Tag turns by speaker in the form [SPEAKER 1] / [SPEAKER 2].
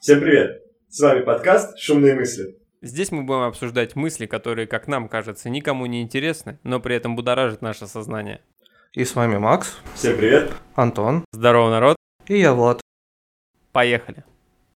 [SPEAKER 1] Всем привет! С вами подкаст «Шумные мысли».
[SPEAKER 2] Здесь мы будем обсуждать мысли, которые, как нам кажется, никому не интересны, но при этом будоражат наше сознание.
[SPEAKER 3] И с вами Макс,
[SPEAKER 1] Всем привет!
[SPEAKER 3] Антон
[SPEAKER 2] Здорово, народ!
[SPEAKER 3] и я Влад.
[SPEAKER 2] Поехали!